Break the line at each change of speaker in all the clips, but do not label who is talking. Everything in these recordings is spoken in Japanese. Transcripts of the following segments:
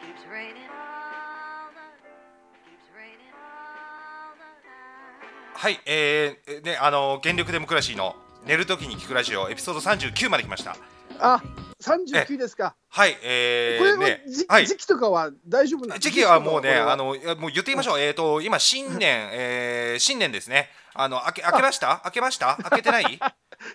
Keeps raining all the, keeps raining all the time.
はい、えー、えね、あの原力デモクラシーの寝るときに聞くラジオエピソード39まで来ました。
あ、三十九ですか。
はい、え
これ
ー、
は
ね
じ、
はい。
時期とかは大丈夫なんです
時
か
期はもうね、
これは
あのいやもう言ってみましょう、えー、と今、新年、えー、新年ですね、あの開け開けました開けました開けてない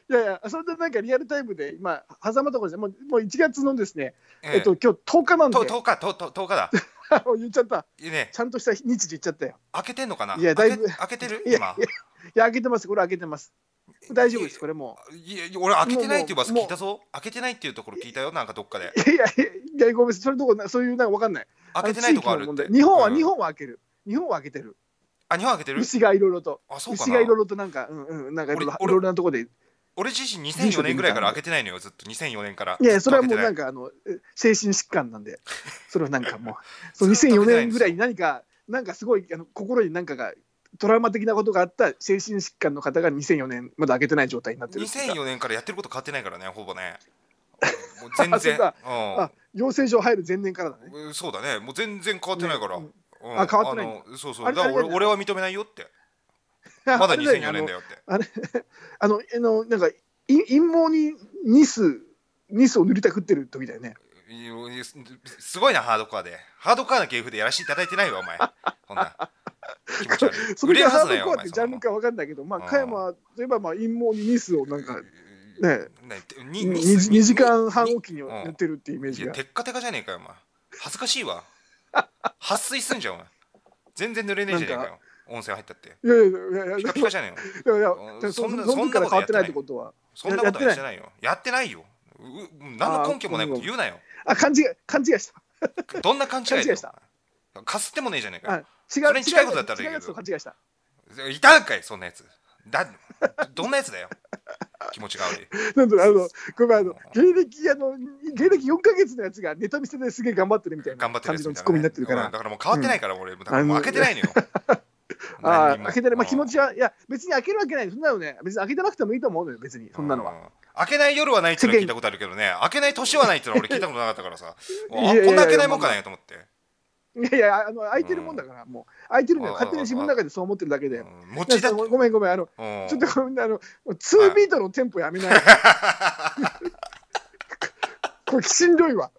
いやいや、そんななんかリアルタイムで、今、狭間ところですねもう、もう1月のですね、
え
えっと、今日10日なんで、
と10日とと10日だ、
言っちゃった、
ね、
ちゃんとした日時言っちゃったよ。
開けてんのかない
やだいぶ
開け開けてる
いや
今
いや、いや開けてます、これ開けてます。大丈夫です、これも
いやいや俺、開けてないっていうバス
もう
聞いたぞ、開けてないっていうところ聞いたよ、なんかどっかで、
う。いやいや、いやごめんなさい、それどこな、そういうなんか分かんない。
開けてないとこあるっ
あの
て、
地域の問題日本は、
うん
日本は開ける。日本は開けてる。
あ日本開けてる
牛がいろいろと。
あそうか
牛
な
がいろいろとなんか、うんうん、なんかいろいろ
俺俺
いろいろなとこで。
俺自身2004年ぐらいから開けてないのよ、ずっと2004年から。
いや、それはもう
ずっと開
なん
けて
か、あの、え精神疾患なん で、それはなんかもう、そう
それは
2004
食べてない
年
んですよ
ぐらいに何か、なんかすごい、あの心になんかが、トラウマ的なことがあった精神疾患の方が2004年、まだ開けてない状態になってるっていうか。
2004年からやってること変わってないからね、ほぼね。もう全
あそ
然
うかあ、養成所入る前年からだね。
うん、そうだね、もう全然変わってないから。
ね
うん
あ変わってないんだ
あのそうそう、
あ
だ
れ
から俺
あれ
俺は認めないよって、まだ2004年だよ
よ。
って。
あれ、 あの、あのなんか、陰陰謀にニス、ニスを塗りたくってる時だよね。
いやすすごいな、ハードコアで。ハードコアな芸風でやらせていただいてないわ、お 前。こんな。気持ち悪い。
それ
売れる
が
は
ハ
ずだ
ード
よ
コアっ
お前
て
そ
ジャ
ん
ン
な
ルかわかんないけど、まあ、
うん
加山といえば、まあ、陰謀にニスをなんか、ね
ねにに
2, 二時間半
に
おきに塗ってるっていうイメー
い
ジ
や、
が。
テッカテカじゃねえかよ、お前。恥ずかしい わ。撥水すんじゃん、お前。全然濡れねえじゃねえか
な
よ。温泉入ったって。
いやいやいやいや、
ピ
い
カピカじゃねえよ。
やいや
うんそ
そ
んな
の分から変わってないってことは。
そんなことはしてないよ。やってないよ。うう何の根拠もないこと言うなよ。
あ、勘違い、勘違いした。
どんな勘違いだ
勘違
よ
いした。
かすってもねえじゃねえか
あ
よ。
違、
そうれに
違う
近いことだったらいいけど
違うやつと勘違いした。
いたんかい、そんなやつ。だどんなやつだよ。気持ちが悪い。
なんと、あの、ごめん、あの、芸歴、あの、芸歴4ヶ月のやつがネタ見せですげえ頑張ってるみたいな
頑張ってる
感
や
じ
つ
の
みた
ツ
いな
ッコ
ね、
ミになってるから
うん。だからもう変わってないから、俺、だから
あの
もう開けてないのよ。
あ
何
あ
にも
開けてない、まあ、気持ちは、いや、別に開けるわけない、そんなのね、別に開けてなくてもいいと思うのよ、別に、そんなのは。
は。開けない夜はないっていうのは聞いたことあるけどね、開けない年はないっていうのは俺聞いたことなかった からさ、あこ
いやいやいや
んな開けないもんかねと思って。
いやいや、あの開いてるもんだから、もう、開いてるのよ、
ああ
勝手に自分の中でそう思ってるだけで。
うん持
な
ち
ん
だ
か
って。
ごめん、ごめん、あの、
うん
ちょっとごめん、あの、2ビートのテンポやめない。これ、きしんどいわ。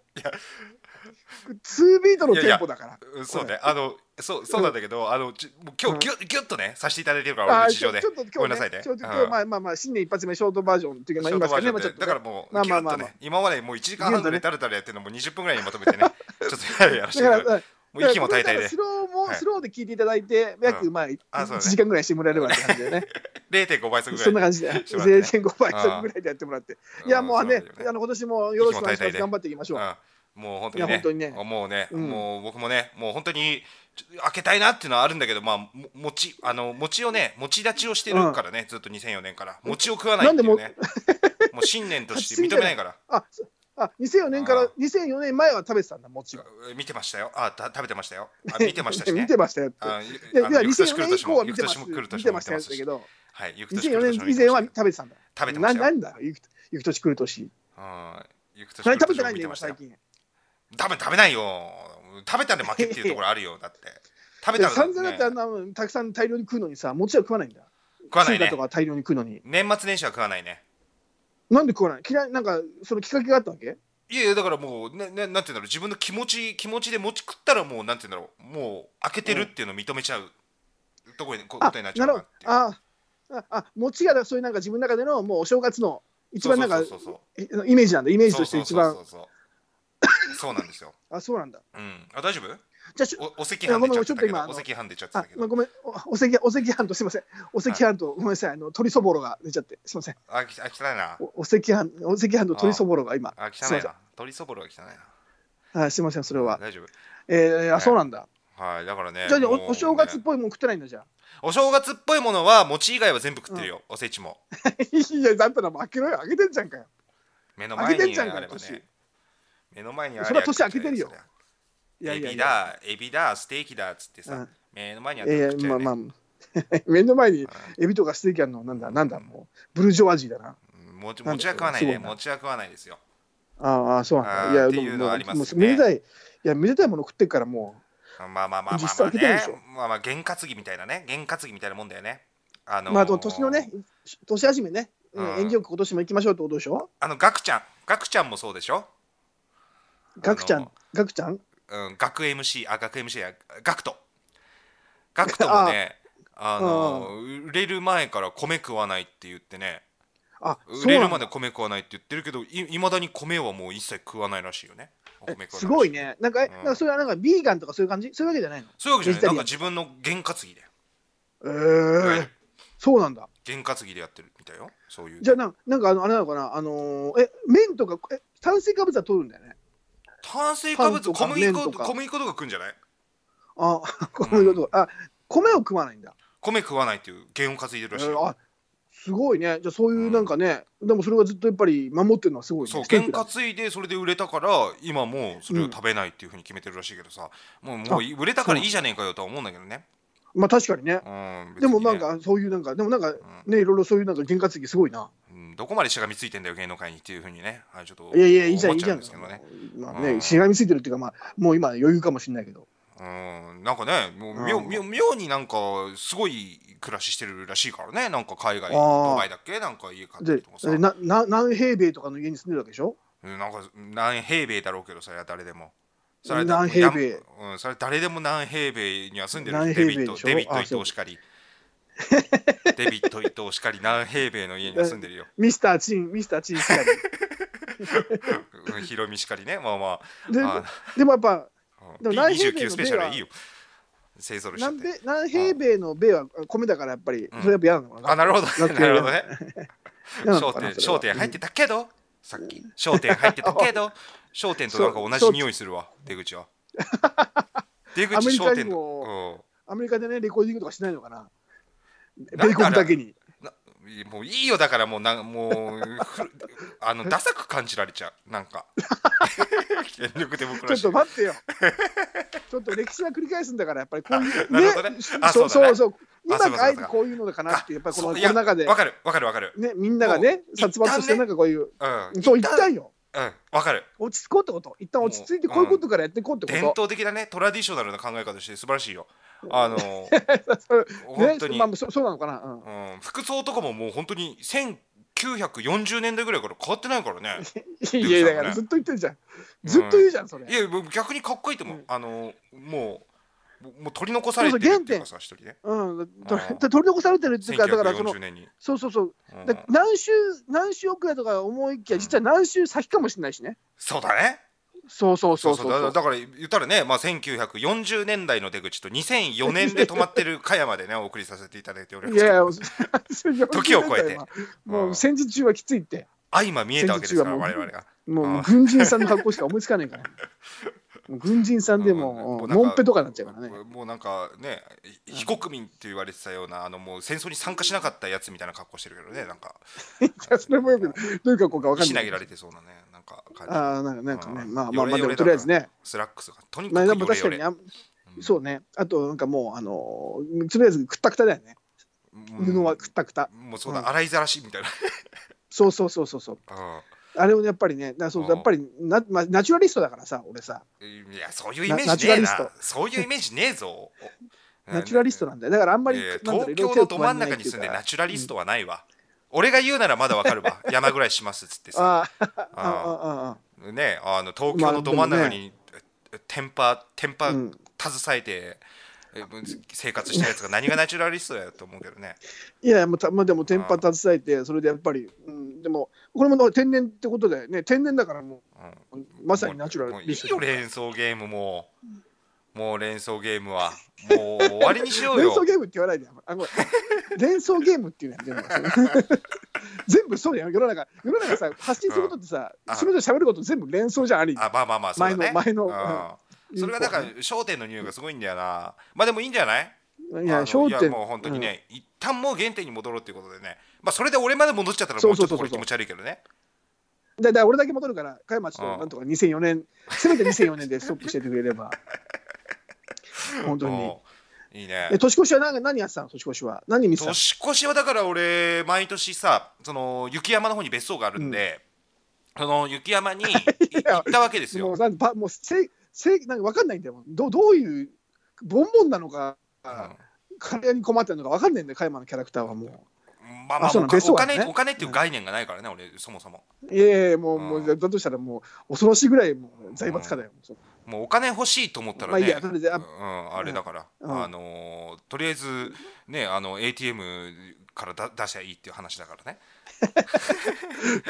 2ビートのテンポだから。
うんそうね、あの、そう、そうなんだけど、あの、ちもう今日ギュ、ぎゅっとね、させていただいてるから、俺
あ
の
あ
事情で。
ちょっと
ごめ
今
んな
日
さい
ね
ね。
ちょっと
うん
今日、まあまあまあ、新年一発目、ショートバージョンっていうか、まあ、
ショ
言
ートバ
います
ージョン
かね、まあちょっ
で
とね。
だからもう、
まあ
ギ
ま
ュ
あ
ッ
ま
と
あまあ
ね、今までもう1時間半ぐらいだらだらやってるのも20分ぐらいにまとめ てね、ちょっとやらせて
だ
も
か
ら
ら、
うもう息も大体
だか
で
らス、ローも、
はい
スローで聞いていただいて、約、まあ、
あそうだね
1時間ぐらいしてもらえればって感じだ よね。
0.5倍速ぐらい。
そんな 感じで、
してもらってね
0.5倍速ぐらいでやってもらって。いや、もうね、あの今年もよろしくお願いし
いつも大体で
ます。頑張っていきましょう。
うんもう本当
いや本当
に
に
ね
ね
もうね、
うん
もう僕もねもう本当にちょ開けたいなっていうのはあるんだけどまあも持ちあの餅をね餅立ちをしてるからね、ずっと2004年から餅を食わないっていうね もう信念として認めない から
あ、そあ、2004年か
あ
ら
ー
2004年前は食べてたんだ、もちろん。
見てましたよあた食べてましたよ あ 見てましたしね
見てましたよって。
あ
いや、
あ
い
の
や
翌年
2004
来る
年以
年
降
も
は見
翌
てま
年
す
も来る。
見
年
て
も
ま
見ま
してたやつ
した
だ
し
けど、
はい翌年来る
2004
年も
年以前は
見て
食べてたんだ。
食べてま
な
したよ
なんだ、ゆくゆく年来る年。
うん翌年
そ
来
れ
る
食べてな
年も見
いんで、
てま
今
したよ
最近。
食べ食べないよ食べたんで負けっていうところあるよだって食べ
で
たら
散々だ
ね
ってあんなたくさん大量に食うのにさ、もちろん食わないんだ。
食わない
中華
ね
とか大量に食うのに。
年末年始は食わないね
なんで食わない嫌い、なんか、そのきっかけがあったわけ
いやいやだからもうねねなんていうんだろう自分の気持ち気持ちで持ち食ったらもうなんていうんだろうもう開けてるっていうのを認めちゃうとこにこことになっちゃう
な
か
る
なっ
ほ
ていう
ど。ああ、あ、餅がだそういうなんか自分の中でのもうお正月の一番なんか
そうそう
えイメージなんだ、イメージ
そう
とし
そ
て
う
一
そう
番
そ。うそうそうそうそうなんですよ
あ、そうなんだ。
うんあ大丈夫
じゃあしょ、
おお赤飯出ちゃったけ
いやごめんちょっと今
ど
あ
お
の
赤飯出ちゃってた
あ
け、
まあ、
ど
ごめん、おお赤飯、お赤飯とすみません。お赤飯と、ごめんなさい、あの鶏そぼろが出ちゃって、すみません。
あきあ汚いな
おお赤飯、お赤飯と鶏そぼろが今。
あ
す
汚
み
い
ま
な鶏そぼろは汚い
せん。あ、すみません、それ
な
は。
大丈夫
えー、あ、そうなんだ。
はいだからね
じゃあ、じゃあ
もう
お、お正月っ
ね
ぽいもん食ってないんだじゃん。
お正月っぽいものは餅以外は全部食ってるよおせちも
いや、だったら、もう開けろよ、開けてんじゃんかよ。
目の前
開けてん
に
じゃん
あ
か
れ
よ、
ば
年。
ね
い
目の前にあれば
それは年明けてるよ
食っちゃう
やいや
エビ
いや。
だ、エビだ、ステーキだっつってさ、
うん
目の前にあったら
え
食っ
ー、
ちゃ
ま
う
あ
よね、
まあ。 目の前に
う
エビとかステーキあるの、なんだ、なんだ、もう、ブルジョワジーだな。
うん餅餅は食わない
すご
ね、
いな
餅は食わないですよ。
ああ、そう
あ
な
ー
んだ。いや、
ってい
で
うの
も、
は
も
あ
う
り
も
ま
う
すね
めでたい、いや、めでたいもの食ってっから、も
まあまあまあまあ
実
まあ
際来たで
ね
しょ。
まあまあ験担ぎみたいなね。験担ぎみたいなもんだよね。あ
う、
のー
まあ、でも年のね、年始めね、う
うん
ん、演技よく今年も行きましょうってことでしょ。
あのガクちゃん、ガクちゃんもそうでしょ。
ガクちゃ
あの
ん、ガクちゃん、
うん、学 MC あ学 MC や学徒学徒も ねあの売れる前から米食わないって言ってね
あ、
売
そう
れる
な
ま
ん
で
だ。
米食わないって言ってるけどいいまだに米はもう一切食わないらしいよねお米食わならし
すごいね。なんか、え
うん
なんかそれはなんかビーガンとかそういう感じそういうわけじゃないの
そういうわけじゃないなんか
ベ
自分の験担ぎで
ええそうなんだ。
験担ぎでやってるみたいよそういう
じゃあなん、なんかあの、あれなのかな、あのーえ、麺とか、え、炭水化物は取るんだよね。
炭水化
パン
物
とか
小麦粉
麺とか
小麦粉とか食うんじゃない
あ、 こういうこと。あ、米を食わないんだ。
米食わないっていう験を担いでる
え
らしい
ー
よ
あ、すごいね。じゃあ、そういうなんかね、でもそれがずっとやっぱり守ってるのはすごいね。
そう
ステー
験
キだ
担いでそれで売れたから今もうそれを食べないっていうふうに決めてるらしいけどさ、もうもう売れたからいいじゃねえかよとは思うんだけどね,、
まあ、確かにね。
うん、別
で
にね
もなん、か、そういうなんか、でもなんか、
う
ね、いろいろそういうなんか、験担ぎすごいな。
んうんどこまでしがみついてんだよ芸能界にっていうふうにねあれちょっと
いやいや、いいじゃん、い
思っ
いじ
ち
ゃ
うんですけどね。
まあ
う
ね、
ん
しがみついてるっていうか、まあ、もう今余裕かもしれないけど。
うんなんかねもう妙,、
うん
妙妙になんかすごい暮らししてるらしいからねなんか海外
あー
ドバイだっけなんか家買ったり
で
とか、さ
でなな何平米とかの家に住んでるわけでしょ
うんなんか何平米だろうけどさ誰でも
何平米
うん、それ誰でも何平米には住んで
何
る
平
デ
米
ビット
でしょ
デビット
あ
伊藤しかり デビット伊藤しかり何平米の家には住んでるよ
ミスターチン、ミスターチンしかり。
うんヒロミしかりねまあま
で
あ
でもやっぱ、
あ、う
で
ん、
も何平米
B29
の
スペシャルはいいよ勢ぞろいしちゃっ
何
て
米何平米の米は米だからやっぱり、それやっぱ嫌なのかな。
あなるほどね
楽屋
なるほどね
嫌なの
商
かな
店
それは
商店入ってたけどさっき商店入ってたけ ど商店となんか同じ匂いするわ出口は出
アメ
口
リ
商
カに
店
も
と、うん
アメリカでね、レコーディングとかしないのかな。
だ
米国だけに。
なもういいよだからもうなもうふあのダサく感じられちゃうなんか権力デモク
ちょ
ラ
っ
シー
と待ってよ。ちょっと歴史が繰り返すんだから、やっぱりこういう。
なるほどねあ
そう
そうだ
そ
ね
う
あ
そう。今
そうかそうか
があえてこういうのかなって、やっぱりこの
そう
コ
いや
ロナ禍で
わ、かるわかるわかる
ね、みんながね、
もう
殺伐とし
一旦
て、
ね
なんかこういう、
うん
そう、一
旦
旦よ。
うんわかる
落ち着こうってこと。一旦落ち着いて、
もう
こういうことからやっていこうって
伝
こと。
統的だねトラディショナルな考え方として素晴らしいよあ の
そう
本当
ね、
に、
まあ、そそうなのかな。うん
うん、服装とかももう本当に1940年代ぐらいから変わってないからね
いやだからずっと言ってるじゃん。ずっと言うじゃん、それ。
いやもう逆にかっこいいと思う、
うん
あのもうもうもう取り残されてるっていうかさ一人ね
うん、
あ
と
ー
取り残されてるっていうか、だからその
1940、年に、
そうそうそう、
うん
だ何週、何週遅れとか思いきや、実は何週先かもしれないしね。
そうだね
そうそう
そ
そ
そ
ううそうう
だだから言ったらね、まあ、1940年代の出口と2004年で止まってる加山でねお送りさせていただいておりま
い
す
やい
け
や
ど、
時
時を超えて
もう戦時中はきついって、
相ま見えたわけですから
戦
我
時中はもう
々が。
もう
うん
もう軍人さんの格好しか思いつ かないから。もう軍人さんで
う
も
んもう
う、
なんか
のんぺとかになっちゃうからね。
もうなんかね非国民って言われてたようなあのもう戦争に参加しなかったやつみたいな格好してるけどねなんか
それもよく、どういう格好かわかん
石
な
投
い
げ。られてそうなねなんか感
ああ、なんかなんかね、
うん
まあま
ヨ
あまあ、
レヨ
で
レ
もとりあえずね、
じスラックスがとに
ま
か
あ
く
で
ヨ
も
レ
確か
ヨ
に
レ
ね、あん
うん
そうね、あとなんかもう、あのー、とりあえずくったくただよね、
うん
布はくったくた。
もうそうだ、
うん
洗いざらしみたいな、
そうそうそうそうそう。
う
あれをねやっぱりね、だからそう
うん
やっぱりな、まあ、ナチュラリストだからさ、俺さ、
ん、いやそういうイメー
ナナ
ジ
チ
ね
ュラ
え
リス
な
ト
そういうイメージねえぞ
ナチュラリストなんだよ。だからあんまり、
えー
なんだろ
東
ういろい
京
ろ
の
手
ど真
を加え
ん
ら
中に
れないってい
住
うか
んでナチュラリストはないわ、俺が言うならまだわかる わ山ぐらいしますっつってさ
あーあ、ああ、あ
ねあの東京のど真ん中に、テンパテンパ
あ、うん。
携えて、え生活してるやつが何がナチュラリストだよと思うけどね
いや、もうたまあ、でも、天パ携えて、それでやっぱり、うん、でも、これも天然ってことだよね。天然だからも
うん
う、まさにナチュラリスト。
もういいよ連想ゲームもうもう連想ゲームはもう終わりにしよう
連
よ
想ゲームって言わないで、あごめん連想ゲームっていうの やめてもらって全部そうじゃん、世の中、世の中さ、発信することってさ
うんあ、
それぞれ喋ること全部連想じゃん、あり。
あまあまあまあそうだね
前の前
うん
の
それがなんか『焦点』の匂いがすごいんだよなまあでもいいんじゃない
い
あ
や、
の
焦
いや
点。
もう本当に
うん。
ね、一旦もう原点に戻ろうっていうことでね、まあ、それで俺まで戻っちゃったら
そ
もう
う
ちょ
そ
っと
うそ
こ
うそう
れ気持ち悪いけどね。
だだ俺だけ戻るから、加山ちょっ
うん
となんとか2004年、せめて2004年でストップしててくれ れば。本当に。
うんいいね
え、。年越しは何何やってたの年越しは。何見てたの
年越しはだから俺毎年さその雪山の方に別荘があるんで、その雪山 に行ったわけです
もう
よ。
なんかばもうせせなんか分かんないんだよどうどういうボンボンなのか、金に困ってるのか分かんないんだよ加山のキャラクターはもう。
うんまあまあ
あそう
お
なの
金
別荘
お
だね
金お金っていう概念がないからね、俺そもそも。
いやいやもう、
うん
もうだとしたらもう恐ろしいぐらいもう財閥家だよ。
もうお金欲しいと思ったら
まあいい
ね
や、それであ
うん、あれだから、
うん
あのーとりあえずね、あの ATM からだ出しゃいいっていう話だからね。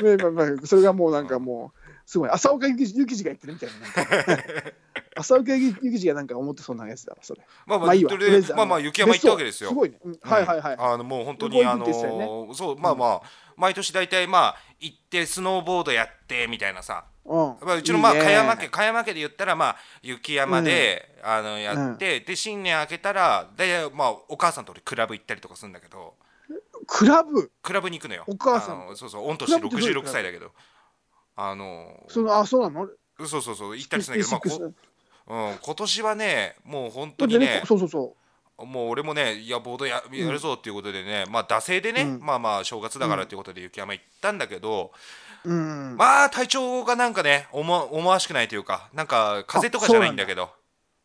ねまあまあ、それがもうなんかもうすごい浅岡幸幸次が言ってるみたいななんか浅岡幸次がなんか思ってそうなやつだわそれ。
まあま
ま
あ
あいいわ
と
と
りあ
り
え
あえ
ず
ず
まあまあ
あの
雪山行ったわけです
す
よ。
ごいね。うんはいはいはい。
あのもう本当
すご
に
い
あの
ですよね
ーそうまあまあ毎年大体まあ行ってスノーボードやってみたいなさ。
うん
まあ、うちのまあ
いいね
加山家加山家で言ったらまあ雪山で、あのやって、で新年明けたらでまあお母さんと俺クラブ行ったりとかするんだけど
クラブ
クラブに行くのよ
お母さん
あのそうそう御
ク
年
ラブってどうい
66
うクラブ
歳だけどあの
そのあそうなの
そうそうそう行ったりするんだけど、まあ
P6
こうん、今年はねもう本当
だっ
に
て
ね
ねそうそうそ
もう俺もねいやボードややるぞっていうことでね、まあ惰性でね、
うん
まあまあ正月だからということで雪山行ったんだけど、
う。うん。
まあ体調がなんかね思わ思わしくないというかなんか風邪とかじゃないんだけど。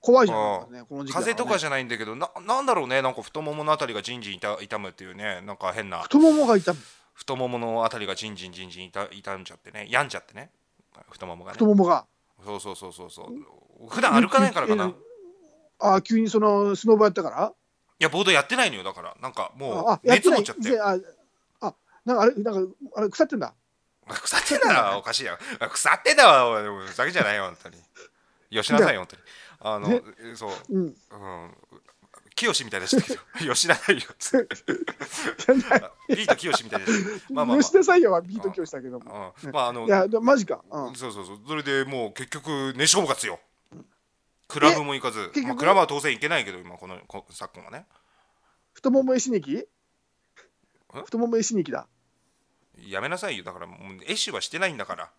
怖いじゃん。ね、この時期だ
風邪とから
ね
じゃないんだけどななんだろうねなんか太もものあたりがじんじん痛痛むっていうねなんか変な
太ももが痛む。
太もものあたりがじんじんじんじん痛痛んじゃってね病んじゃってね太ももがね
太ももが。
そうそうそうそうそう普段歩かないからかな
え
い
あ急にそのスノーボーやったから
やボードやってないのよだからなんかも
あ
う
やっ
熱
てな
持っ
い
ちゃって
でああなんかあれなんかあれ腐ってんだ
腐ってんだわおかしいや腐ってんだわおいでもふざけじゃないよ本当によしなさいよ本当にあの、
ね
そう
う
う
ん
ん清みたいでしたけど よしなさいよビート清みたいでしたけどまあまあまあ
吉田さんよはビート教師だけども
うんまああの
いやでもマジか、うん、
そうそうそうそれでもう結局寝勝負勝つよクラブも行かず
結、局
まあ、クラブは当然行けないけど今このこ昨今はね
太もも石にき太もも石にきだ
やめなさいよだからもうエシはしてないんだから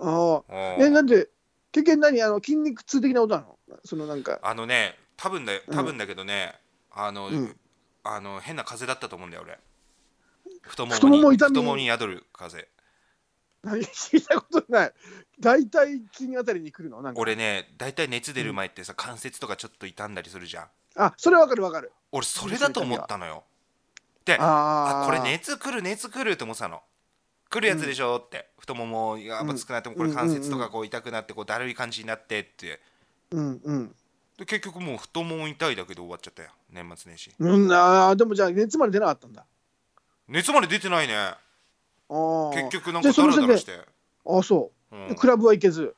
ああ
うん
えなんで結局何あの筋肉痛的なことなのそのなんか
あのね多分だよ
うん
多分だけどね、あの、
うん
あの変な風邪だったと思うんだよ俺太ももに
太もも痛み
太ももに宿る風
何 聞いたことない大体筋あたりに来るのなんか
俺ね大体熱出る前ってさ、関節とかちょっと痛んだりするじゃん
あそれわかるわかる
俺それだと思ったのよであ
ああ
これ熱くる熱くるって思ってたの来るやつでしょって、太ももが熱くなってもこれ関節とかこう痛くなってこうだるい感じになってって
うんうん
で結局もう太もも痛いだけで終わっちゃったよ年末年始
うんあーでもじゃあ熱まで出なかったんだ
熱まで出てないね
あー
結局なん
じゃ
か
あ
ダ
その
ラ
せい
ダラし
で
て、
あそうう、
ん、
クラブは行けず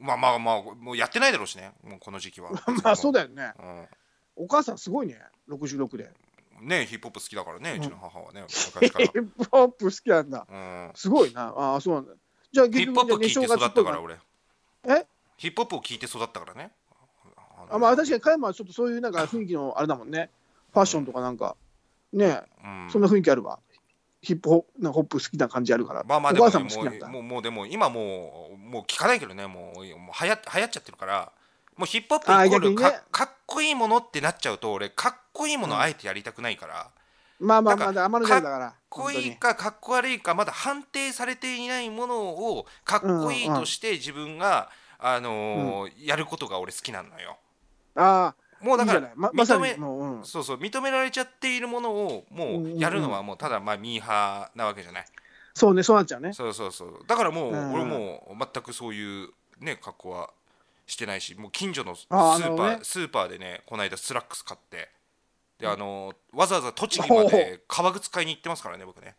まあまあまあもうやってないだろうしねもうこの時期は
まあそうだよね
よ、
お母さんすごいね66で
うん、ねヒップホップ好きだからねうちの母はね、
ヒ
昔から
ップホップ好きなんだ
うん
すごいなああそうなんだじゃあ
ヒップホップ聞いて育ったから俺
え
ヒップホップを聞いて育ったからね
あまあ
か
確かに加山はちょっとそういうなんか雰囲気のあれだもんねファッションとかなんかね
に、うん
そんな雰囲気あるわヒップホなんかホップ好きな感じあるから
まあまあ
お
でも,、
母
ね、
さんも好きな
もう
んだ
もうもうでも今もうもう聞かないけどねもうもう流行流行っちゃってるからもうヒップホップイコール
あー逆
か,、
にね
かっこいいものってなっちゃうと俺かっこいいものあえてやりたくないから、かっ
まあまあ
な
ま
ん
あ天の弱だから
こいい
本
かかっこ悪いかまだ判定されていないものをかっこいいとして自分が、あのーやることが俺好きなのよ。
当にあ
もう
あ
だ
いい
か
じ
ら
ゃないま
認め
まさにもううん
そうそう認められちゃっているものをもうやるのはもうただまあミーハーなわけじゃない。
そうねそうなっちゃうね
そうそうそうだからもう、
うん
俺もう全くそういうね格好はしてないしもう近所のスー
あ
パ
ーなるほ
ー
どね
スーパーでねこの間スラックス買ってであのわざわざ栃木まで革靴買いに行ってますからね僕ね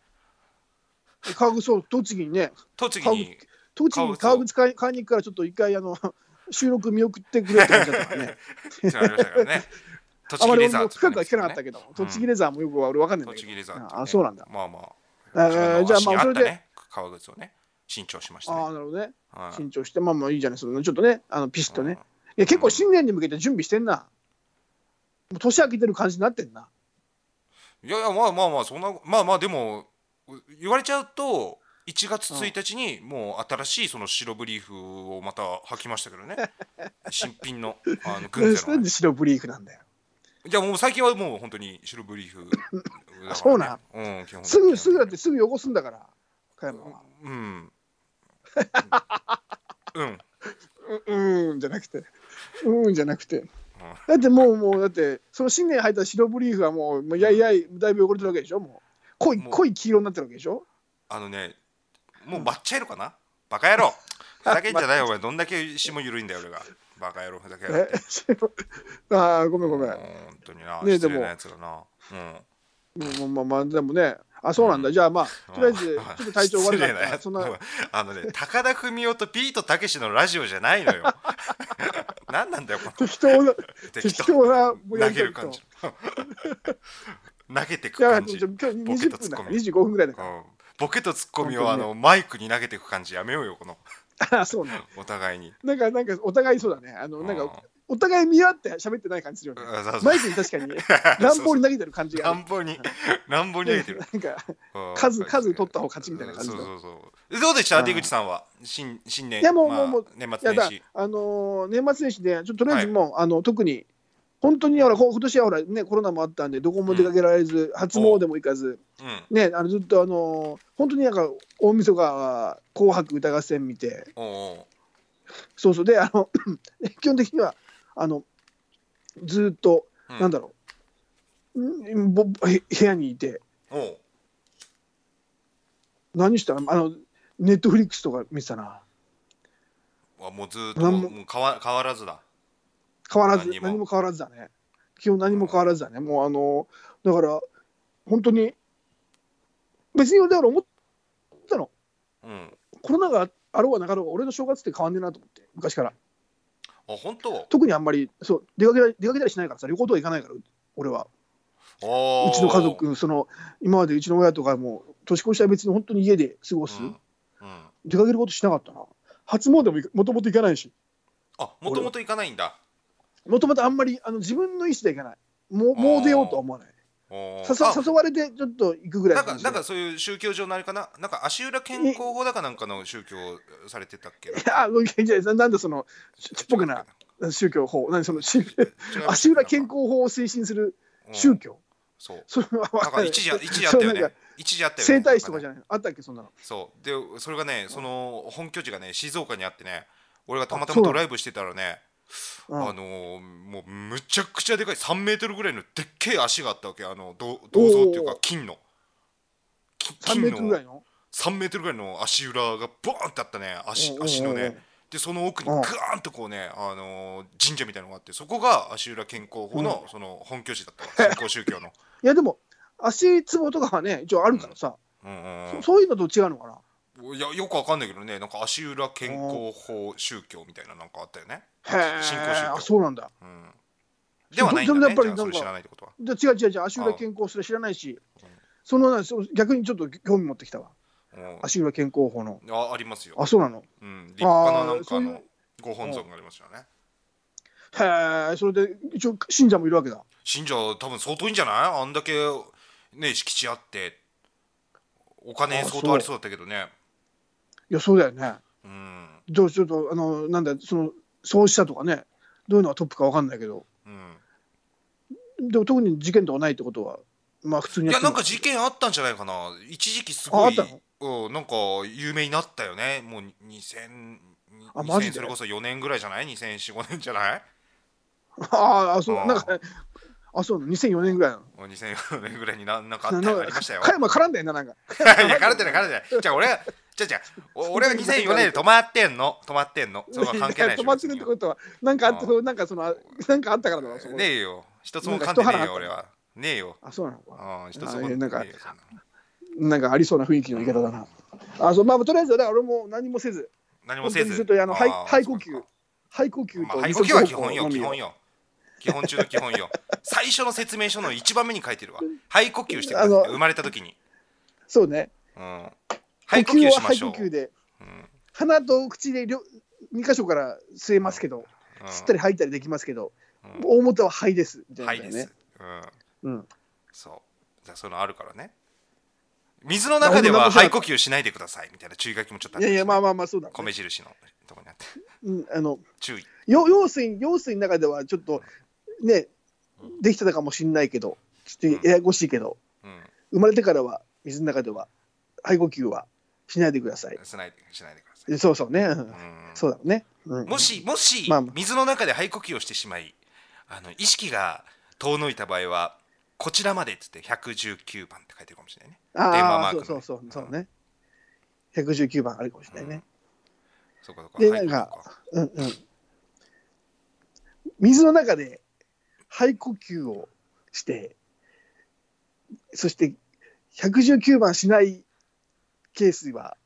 革靴そう栃木にね
栃木に
栃木に革靴買い買いに行くからちょっと一回あの 収録見送ってくれって感じだったからね
つながりましたから ね 栃
あ
木
まり
レ
俺
ザー
も
とか
深
ね
くは聞かなかったけど、栃木レザーもよく俺分かんないんだけど。
栃木レザーとかね、
あそうなんだ。
まあま
え
あ自
ーじゃ
分の
あまあ
足
そ
に合
れ
った
で、
ね革靴をね新調しましたね
ああなるほどね、
はい
新調して、まあまあいいじゃない、そのちょっとね、あのピシッと
う
ね。
ん
いや結構新年に向けて準備してんな。もう年明けてる感じになってんな。
いやいやまあまあまあそんなまあまあでもう言われちゃうと1月1日にもう新しいその白ブリーフをまた履きましたけど ね新品のあの
な
軍
ん
勢の
で白ブリーフなんだよ。
いやもう最近はもう本当に白ブリーフ
あそうなん
うん基本的に
すぐ、すぐだってすぐ汚すんだから、加山は。
うんうん
ううーんじゃなくて、うーんじゃなくて。だってもう、もう、だって、その新年入った白ブリーフはもう、もうやいやい、だいぶ汚れてるわけでしょ、もう。濃い、
もう
濃い黄色になってるわけでしょ。
あのねもう抹茶色かなバカ野郎ふざけんじゃないよお前どんだけ霜緩いんだよ俺がバカ野郎ふざけやがっ
え
て
ああ、ごめんごめん。
本当にな、
ねえ
失礼
でも
なやつだな。うん。
うんまあまあ、でもね、あ、そうなんだ。じゃあまあ、とりあえず、ちょっと体調悪か
失礼
っ
な
た。
やつ
そんな、
あのね、高田文夫とピートたけしのラジオじゃないのよ。 何なんだよ、この
適当な、
適
適
当
当な、もうや
投
り
げ
と
る
り
感
と。
じ。投げてく
いや、
感
ち
じ。
ょちょ
うん
今日
ボケと
20分だ
ツッコミ
25分ぐらいだか
ボケとツッコミをあ
本当に
の
ね
マイクに投げていく感じやめようよ、この
ら。あそうね。
お互いに。
なんか、なんか、お互いそうだね。あの、なん
う
か、お互い見合って喋ってない感じするよね。
うんそうそう
マイクに確かに、 乱暴に投げてる感じがある。
乱暴に、乱暴に 投げてる。
なんか、
うん
数、数取った方勝ちみたいな感じ
そう
の。
そうそう。どうでした、
うん
出口さんは。新新年。
いやもう
まあ
もうもう
年
い
末
や
年
だ
始。、
あのー年末年始で、ちょっととりあえずもう、あの特に、本当にほら、こ今年はほら、ね、コロナもあったんで、どこも出かけられず、初詣も行かず、
うん。
ね、あのずっと、あのー本当になんか、大晦日は紅白歌合戦見て、
おうおう
そうそう、で、あの 基本的には、あのずーっと、
うん
なんだろう、んぼへ部屋にいて、
おう
何したのあの、ネットフリックスとか見てたな、
あもうずーっと
なん
も
も
うもう変わ変わらずだ。
変わらず、
何
何
も
も変わらずだね。基本何も変わらずだね。もうあの、だから、本当に、別に、だから思ったの、
うん。
コロナがあろうがなかろうが、俺の正月って変わんねえなと思って、昔から。
あ本当。
特にあんまり、そう、出かけたり出かけたりしないからさ、旅行とか行かないから、俺は。
おー
うちの家。族、その、今までうちの親とかも、年越しは別に本当に家で過ごす、
うん。うん
出かけることしなかったな。初詣も行かもともと行かないし、
あもともと行かないんだ。
もともとあんまりあの自分の意思で行かない。もうもう出ようとは思わない。
おー
ささ
あ
誘われてちょっと行くぐらい
な
の
んか
感じ
な
で
んかそういう宗教上のあれかな。なんか足裏健康法だかなんかの宗教をされてたっけ。
あ、ごめんじゃあななんだその、ちちっぽけな宗教法、何そ の、し足裏健康法を推進する宗
教。
教。
そう。
それは
なんか一時あ一時あった よね。一時あったよね。
生態師とかじ
ゃ。
ゃないのあったっけ、そんなの。
そうでそれがねその本拠地がね静岡にあってね。俺がたまた
あそ
まド
うなの
ライブしてたらね。
う
あ
ん、
のーもうむちゃくちゃでかい3メートルぐらいのでっけえ足があったわけあの銅銅像っていうか
おー
金のき
3メートルぐらいの
3メートルぐらいの足裏がボーンってあったね足
うんうんうん
足のねでその奥に
うん
ガーンとこうね、あのー神社みたいなのがあってそこが足裏健康法のその本拠地だったわ信仰宗教の
いや、でも、足つぼとかはね、一応あるからさ、
うんうん
そそういうのと違うのかな。
うんいやよくわかんないけどねなんか足裏健康法宗教みたいななんかあったよね
へ
信
え、
仰
あ
宗教、
そうなんだ。
うん、ではないんだね
でもやっぱり
じゃあそれ
なんか
知らないってことは
で違う違う違う、足裏健康すら知らないし、そのなんそう逆にちょっと興味持ってきたわ、
うん
足裏健康法の。
あありますよ
あ、そうなの。
うん、立派ななんかあ
あーそうい
の
う
ご本尊がありましたよね。
へえ、それで一応、信者もいるわけだ。
信者多分相当いいんじゃないあんだけね敷地あってお金
あー
相当ありそうだったけどね。
いや、そうだよね。
うん
どうちょっとあのなんだその創始者とかねどういうのがトップかわかんないけど
うん、
でも特に事件とかないってことはまあ普通に
いや
って
な
る
んか事件あったんじゃないかな一時期す
あ
ご
あ
い
ったの
うん、なんか有名になったよねもう2000
あマジ
2000
で
それこそ4年ぐらいじゃない2004、5年じゃない
ああそう
ああ
なんかあそうなの2004年ぐらいなの
もう ?2004 年ぐらいにななんかあっ
なん
た
か
ありましたよ。
加山絡んだよななんか
いや、彼ってない、彼ってない。じゃあ、俺は、じゃあ、じゃあ、お俺は2004年で止まってんの、止まってんの。それは関 係ないでしょ。
止まってるってことはなんかあっ
ああ
たなんかそのあなんかあったからだろそこ
ねえよ。一つも噛んでねえよ、俺は。ねえよ。
あそうなのか
うん、一つも
あ
噛んで
なんか
ねえよそんなの
なんかありそうな雰囲気の言い方だなあそうまあとりあえずだから俺も何もせず
何もせず。
本当にずっとあのはい
あー
肺呼吸
そうか
肺呼吸
まあ
と
肺
二
呼吸は
足歩
基本
行
よ、
のみ
基本よ。基本中の基本 よ。最初の説明書の一番目に書いてるわ。肺呼吸してください
あ
っ
の
て。生まれた時に。
そうね
うん。
呼
肺呼
吸
吸
は
しま
肺
し
呼
ょう。
吸で
うん
鼻と口で両2箇所から吸えますけど、
うん
吸ったり吐いたりできますけど、
うん
大元は肺ですみたいな
肺
ね、
です。うん。
うん、
そう。じゃあ、そういうのあるからね。水の中では肺呼吸しないでくださいみたいな注意書きもちょっとあ
い
ったり
や
し
い
て
やまあまあまあそうだ、ね
米印のとこにあって。
うん、あの
注意。
よ用水用水の中ではちょっとねできてたかもしれないけどちょっとややこしいけど、
うん。
生まれてからは水の中では肺呼吸はしないでください
しないでしないでください。
えそうそうね、うん
うん
そうだね、うん
もしもし、
まあまあ
水の中で肺呼吸をしてしまいあの意識が遠のいた場合はこちらまでっつって119番って書いてるかもしれないね
あ
電話マ
あ
ーク
そ
の
うそうそうそうね119番あるかもしれないね、
そうかそうか
で
はい
なんか
そうか
うんうん、水の中で肺呼吸をしてそして119番しないケースは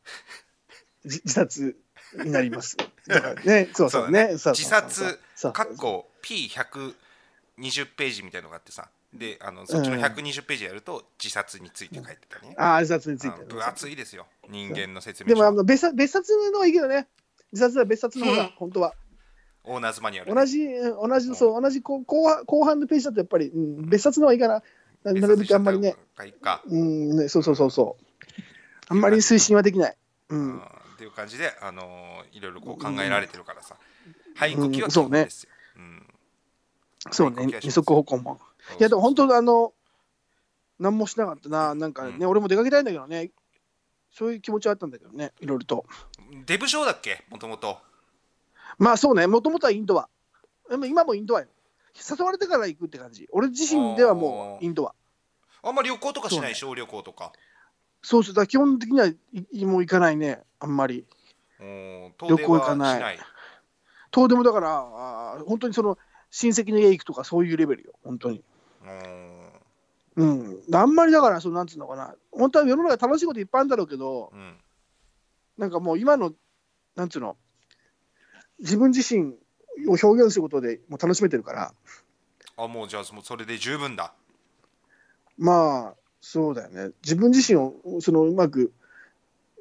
自自殺になります。だからね、 そうそうね。そうそう
自殺
そう
かっこ P120 ページみたいのがあってさであのそっちの
うん
120ページやると自殺について書いてたね、
ああ、自殺につい
あ
て
の
ね。
分厚いですよ人間の説明
でもあ
書
の別冊別冊の方がいいけどね。自殺は別冊の方
うん
が本当は
オーナーズマニュアル
同じうん同じそう同じこう後半後半のページだとやっぱり、うん、別冊の方がいいかな。ななるべくあんまりね。
がいいか
うん、ね、そうそうそうそう。あんまり推進はできない。う
うん
ん、
っていう感じで、あのーいろいろこう考えられてるからさ、肺呼吸は
うん
基
そう
本
ね
ですよ。うん
そう
なんか
ね
気がします
二足歩行も。いやでも本当あの何もしなかったななんかね、
う
俺も出かけたいんだけどねそういう気持ちはあったんだけどねいろいろと
デブ症だっけもともと
まあそうねもともとはインドアでも今もインドアよ誘われてから行くって感じ俺自身ではもうインドア
あんまり旅行とかし
そう
ない
ね
小旅行とか
そうそうだから基本的にはいいもう行かないねあんまり
うん
旅行行
遠
か
出は
ない
しない
遠出もだからあー本当にその親戚の家行くとかそういうレベルよ本当にうん、あんまりだから、そのなんつうのかな、本当は世の中楽しいこといっぱいあるんだろうけど、
うんうん
なんかもう今の、なんつうの、自分自身を表現することでもう楽しめてるから、
あもうじゃあもうそれで十分だ
まあ、そうだよね、自分自身をそのうまく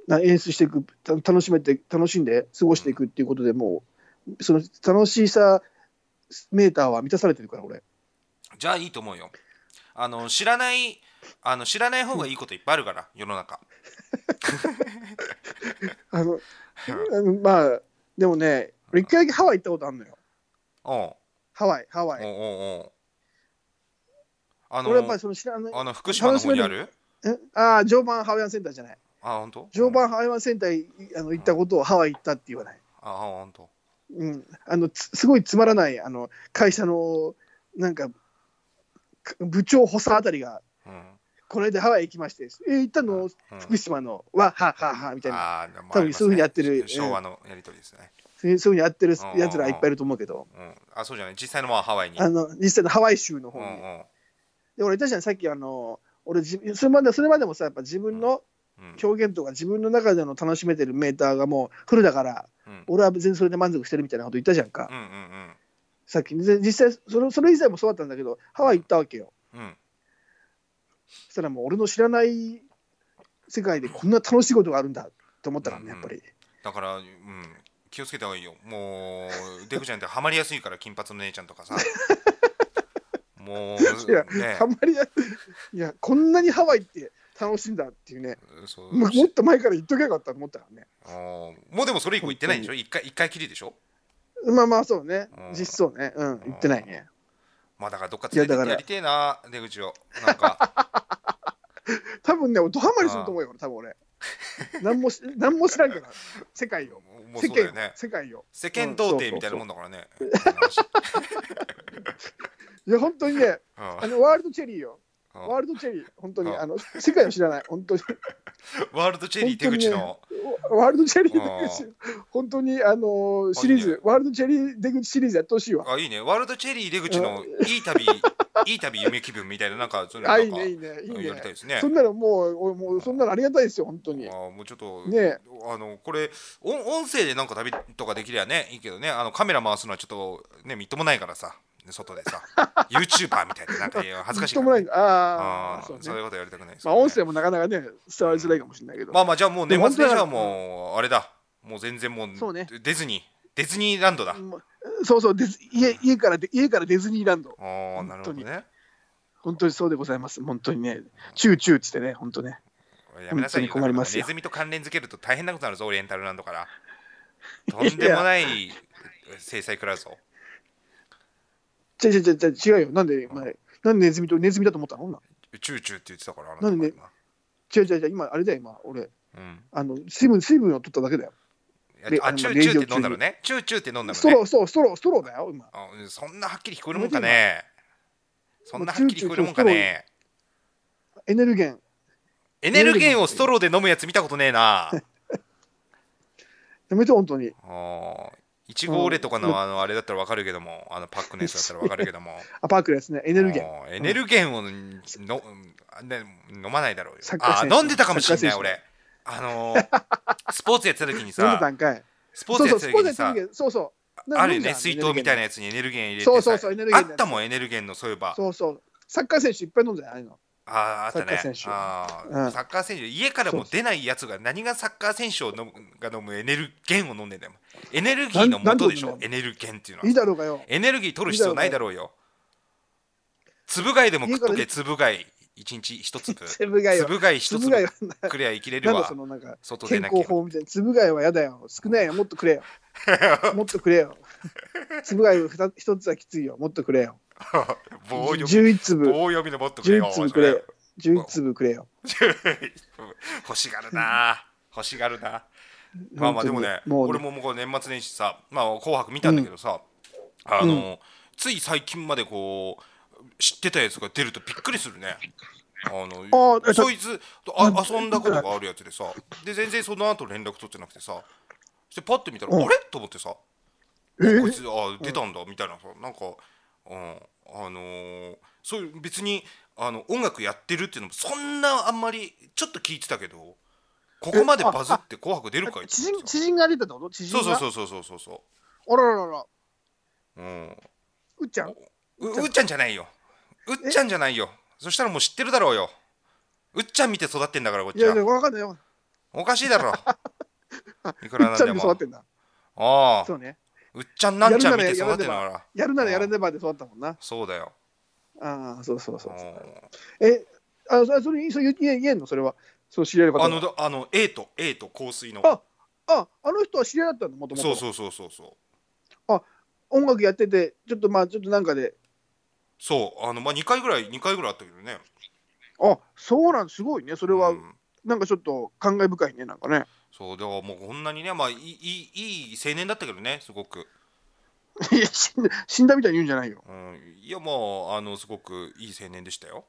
な演出していく、た楽しめて、楽しんで過ごしていくっていうことでもう、その楽しさメーターは満たされてるから、俺。
じゃあいいと思うよあの知らないあの知らない方がいいこといっぱいあるから世の中
あの、あのまあ、でもね、俺一回だけハワイ行ったことあるのよ。
おう
ハワイ、ハワ
おうお
イ。
うおうあの
俺やっぱりその知らない
あの福島の方にある
えああ、常磐ハワイアンセンターじゃない。
あ本当
常磐ハワイアンセンターいあの行ったことをハワイ行ったって言わない。
あ本当
うん、あのつすごいつまらないあの会社のなんかか部長補佐あたりが、
うん
この間ハワイ行きまして、え行ったの、
うん
福島の、わはははみたいな、
あーまあ
多
あ
分
りますね
そういうふうにやってる
昭和のやりとりですね、
そういうふうにやってる
うんうんうん
やつらいっぱいいると思うけど、
うん、あそうじゃない実際のまあハワイに
あの実際のハワイ州の
うん
方に。
うん
で、俺、いたじゃん、さっき、あの俺自それまで、それまでもさ、やっぱ自分の
うん
表現とか、自分の中での楽しめてるメーターがもうフルだから、
うん
俺は全然それで満足してるみたいなこと言ったじゃんか。
うんうん
さっきで実際それそれ以前もそうだったんだけどハワイ行ったわけよ
うんうん
そしたらもう俺の知らない世界でこんな楽しいことがあるんだと思ったから
うん
ねやっぱり
だから、うん、気をつけた方がいいよもうデクちゃんってハマりやすいから金髪の姉ちゃんとか さも
いや
うね
あんまりやいやこんなにハワイって楽しいんだっていうね
そう
ももっと前から言っとけばよかったと思ったからね
あーもうでもそれ以降行ってないんでしょ一回一回きりでしょ
まあまあそうね
うん
実そうねうん言ってないね
まあだからどっか連れてっ
いやだ
て
から
やりてえな出口をなんか
多分ね俺ドハマりすると思うよ多分俺 何もし何も知らんから世界
も
を
うもうそ
世
うだよ
間
ね
を世界を
世間童貞みたいなもんだからね、うん、
いや本当にねあのワールドチェリーよ
うん
ワールドチェリー本当に
うん
あの世界を知らない本当に
ワールドチェリー出口の
ワールドチェリー出口、本当にあのーシリー
いいね
ズ、ワールドチェリー出口シリーズやってほしいわ。
あいいねワールドチェリー出口のいい旅いい旅夢気分みたいななんかそういうの
あ、
なん
いい
か
ね、いいね、いい
やりたい
ね。
ですね
そんなのもう、おもうそんなのありがたいですよ、本当に
あ。ーもうちょっと、
ねえ
あのこれ音音声でなんか旅とかできればねいいけどねあのカメラ回すのはちょっとねみっともないからさ外で さ YouTuber みたいななんかいや恥ずかしい
と
か
も
ら
な
ね、
いあ
あ
あ、
ー
そ
そうういう
ね。
ことやりたくないです
まあ、
よね
音声もなかなかね、伝わりづらいかもしれないけど。
まあまあじゃあもう年末年始は
でも本
もうあれだもう全然もう
そうね
ディズニーディズニーランドだ、
もうそうそうディズ家、家からで、家からディズニーランド。
あーなるほど
本当
ね
本当にそうでございます。本当にね、チューチューっつってね、本当ね。
やめなさいよ
本当に困りますよ
ネズミと関連づけると大変なことになるぞオリエンタルランド からとんでもない制裁食らうぞ
違う違う違う違うよ。なんで、お前なんでネズミとネズミだと思ったの今
チューチューって言ってたからあなた
なんでね違う違う違う、今、あれだよ、今、俺、
うん
あの水分、水分を取っただけだよ。
や
で
あ
あの
チュー
まあ
チューっ
営業
て
中
飲んだ
に
のねチューチューって飲んだ
スト
の
ロ
ね
ー、そう、ストロー、ストローだよ、今。
あそんなはっきり聞こえるもんかねそんなはっきり聞こえるもんか
もうチューチュ
ね
ーエネルゲン。
エネルゲンをストローで飲むやつ見たことねえ な
やめて、本当に。
あいちごオレとかのあのあれだったらわかるけどもあのパックのやつだったらわかるけども
あ、パークですね。エネルゲン。
もうエネルゲンをんの、ね、飲まないだろうよ
サッカー
あ
選手
飲んでたかもしれ
サッ
ない
カー選
俺あのースポーツやってた時に
飲んでた
さ
んかい。
スポー
そ
ツ
う
や
そ
っ
う、
て
ス
た
ポ
時に
ーツや
さ
ってるけど、そうそう。
あるよね
飲んだ
水筒みたいな
エネ
や
ルゲン
つにエネルギー入れてさ
そうそうそうエネルギー
あ
のや
っ
つ
たもんエネルゲンのそういえば
そうそう。サッカー選手いっぱい飲んでないの。
あああったね
サッカー選手
あー
うん
サッカー選手家からも出ないやつが何がサッカー選手を飲むが飲むエネルゲンを飲んでんだよエネルギーの元でし
な
ょ
んなんで
エネルゲンっていうのはい
いだろうがよ。
エネルギー取る必要ないだろうよ粒貝でも食っと
家から
け粒貝一日一 粒
粒がよ。
粒貝一
粒が
粒
よ。
くりゃ生きれる
なんだ
わ
そのなんか
外出
健
なきゃい
康
けない
法みたいな粒貝はやだよ少ないよもっとくれ よもっとくれよ粒貝は二つ一つはきついよもっとくれよ
棒読み
11粒
棒読みのボットくれよ
11粒くれよ11粒くれよ
欲しがるな欲しがるなまあまあでもね
本当にもうね
俺ももうこう年末年始さ「まあ、紅白」見たんだけどさ、あの、
う
つい最近までこう知ってたやつが出るとびっくりするね。あの
あーえ
そいつとあ
な
遊んだことがあるやつでさで全然その後連絡取ってなくてさしてパッて見たら、
うん
あれと思ってさ
え
こいつあ出たんだみたいなさなんか、うん、あのーそういう別にあの音楽やってるっていうのもそんなあんまりちょっと聞いてたけどここまでバズって「紅白」出るかいって
知人知人が出たってこと知人
そう
が
そうそうそうそうそうそ
あらららら
う、うん、
うっちゃん
ううっちゃんじゃないようっちゃんじゃないよそしたらもう知ってるだろうようっちゃん見て育ってんだからこっ
い
ち
やいや
は
わかんないよ
おかしいだ ろいく
う
ら
っ
な
ち
ん
ゃん
で
で
も
育ってんだ
ああ
そうね
うっちゃんなんちゃん見て育ってんだ
や
から
やるならやらねばで育ったもんな
そうだよ
ああそうそうそう
う
そうんえあそそれそれ言え言えんのそれはそう知り合いの方は
あのだあの A と A と香水の
あああの人は知り合いだったのもとも
そう
と
そうそうそうそう
音楽やっててちょっとまあちょっとなんかで
そうあのまあ2回ぐらい2回ぐらいあったけどね
あそうなんすごいねそ
そ
れは
ん、
なんかちょっと感慨深いねなんかね
そうでももうこんなにねまあいいいいいい青年だったけどねすごく、
いや死んだ死んだみたいに言うんじゃないよ
うん、いやもうあのすごくいい青年でしたよ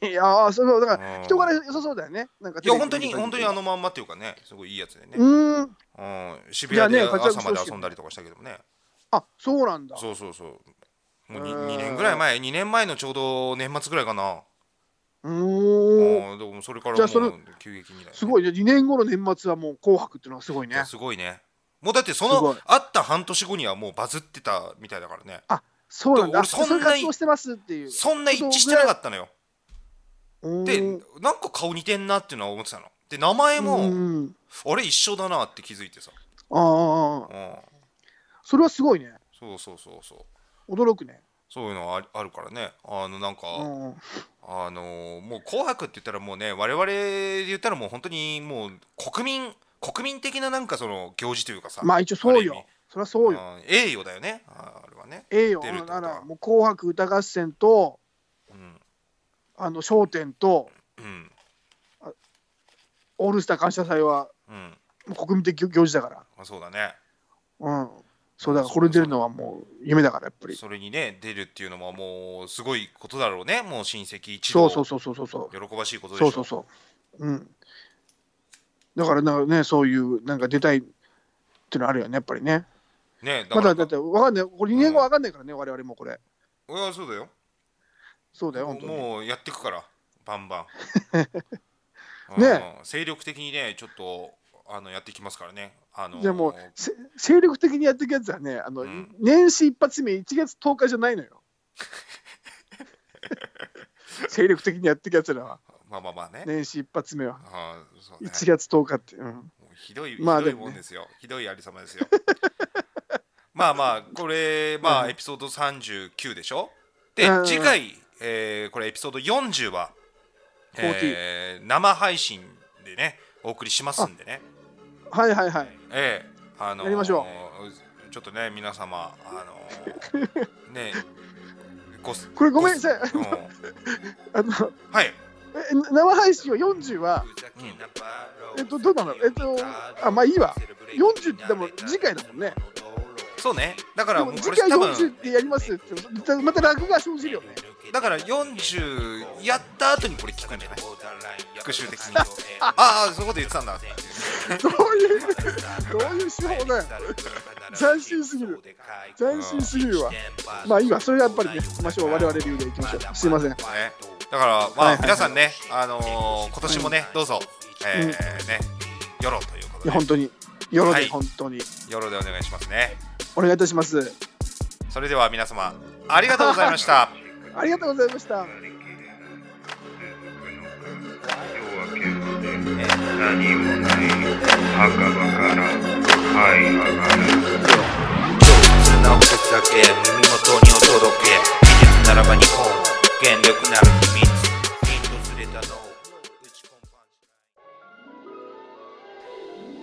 いやーそれはだから
うん
人柄良さそうだよねなんか
いや本当に本当にあのまんまっていうかねすごいいいやつでね、
うーん
うん、渋谷で
じゃあね活躍
朝
して
ま
ほしい
で遊んだりとかしたけどもね
あそうなんだ
そうそうそうもう
へ
2,
ー
年ぐらい前2年前のちょうど年末ぐらいかな
う
う
ーん
んでもそれから
じゃ
も
あそうの
急激にだよね
すごいじゃあ2年後の年末はもう「紅白」っていうのはすごい
いや
ね
すごいねもうだってそ
すご
の
い
会った半年後にはもうバズってたみたいだからね
そうなんだ
俺そんな
そういう活動してますっていう
そんな一致してなかったのよ
うーん
でなんか顔似てんなっていうのは思ってたので名前
う
も
ーん
あれ一緒だなって気づいてさ、
あ
う
あ
ん、
それはすごいね
そうそうそうそう
驚くね
そういうのはありあるからねあのなんか、
うん
あのーもう「紅白」って言ったらもうね我々で言ったらもう本当にもう国民国民的ななんかその行事というかさ
まあ一応そう
ある意
よ
味
そりゃそうよ
うん栄誉だよねああれはね、
ええよ、
出るってこと
な
は
らもう紅白歌合戦と、
うん
あの笑点と、
うん
オールスター感謝祭は
うん
もう国民的行事だから、
まあ、そうだね
うん、そうだからこれ出るのはもう夢だから、やっぱり。
それにね出るっていうのはもうすごいことだろうねもう親戚一
そ
同
うそうそうそうそうそう、
喜ばしいことでし
そ
ょ
うそうそう、うん。だからなんかね、そういう、なんか出たいっていうのあるよね、やっぱりね。
ねだ
ま
から
だだって、わかんない、これ2年後わかんないからね、我々もこれ。
いやそうだよ
そうだよ、本当に。
もうやってくからバンバ ン
ね
うん精力的にねちょっとあのやっていきますからねあの
じゃあもうせ精力的にやっていくやつはね、あの、
うん
年始一発目、1月10日じゃない のよ。精力的にやっていくやつらは、
まあまあまあね
年始一発目は。
あーそうね
1月10日って、うん、
もうひどい、
まあ
ひどい
でもね
もんですよひどいありさまですよ まあまあこれま
う
あ
ん
エピソード39でしょで
うん
次回、えーこれエピソード40は、えー生配信でねお送りしますんでね
はいはいはい
ええあのー
やりましょ
ちょっとね皆様あのー ねごす
これごめんなさい
ごすうん
あの
はい
え生配信は40は
えっとどうなのえっとあまあいいわ
40ってでも次回だもんね。
そうねだから
で
も
も
うこ
次
れ
回
多分
40ってやりますってまた落が生じるよ ね。
だから40やった後にこれ聞くんじゃない復習的にああそういうこと言ってたんだっていう
どういう、どういう手法だよ。斬新すぎる。斬新すぎるわ。まあいいわ、それはやっぱりね、ましょう、我々流でいきましょう。すいません。
ね、だからま
は
あ
いはい
皆さんね、あのー今年もね、どうぞ、えー
うん
ね、よろということ
いや、
で
本、当に、よろ
は
で
い
本当に、
よろでお願いしますね。
お願いいたします。
それでは皆様、ありがとうございました。
ありがとうございました。
何もない墓場から這い上がる
素直さだけ耳元にお届け技術ならば日本原力なる秘密ヒントずれたのを打ち込むパ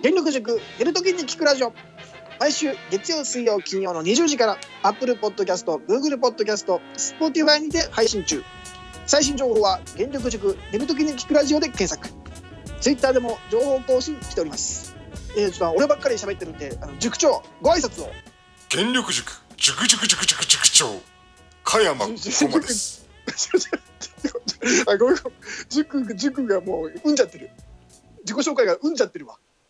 ンチ
電力塾寝るときに聞くラジオ毎週月曜水曜金曜の20時から Apple Podcast、Google Podcast、Spotify にて配信中最新情報は原力塾寝るときに聞くラジオで検索 Twitter でも情報更新しておりますえー、ちょっと俺ばっかり喋ってるんであの塾長ご挨拶を
原力塾、塾塾塾塾塾長、加山。
小馬ですあごめんごめん塾塾がもううんじゃってる自己紹介がうんじゃってるわ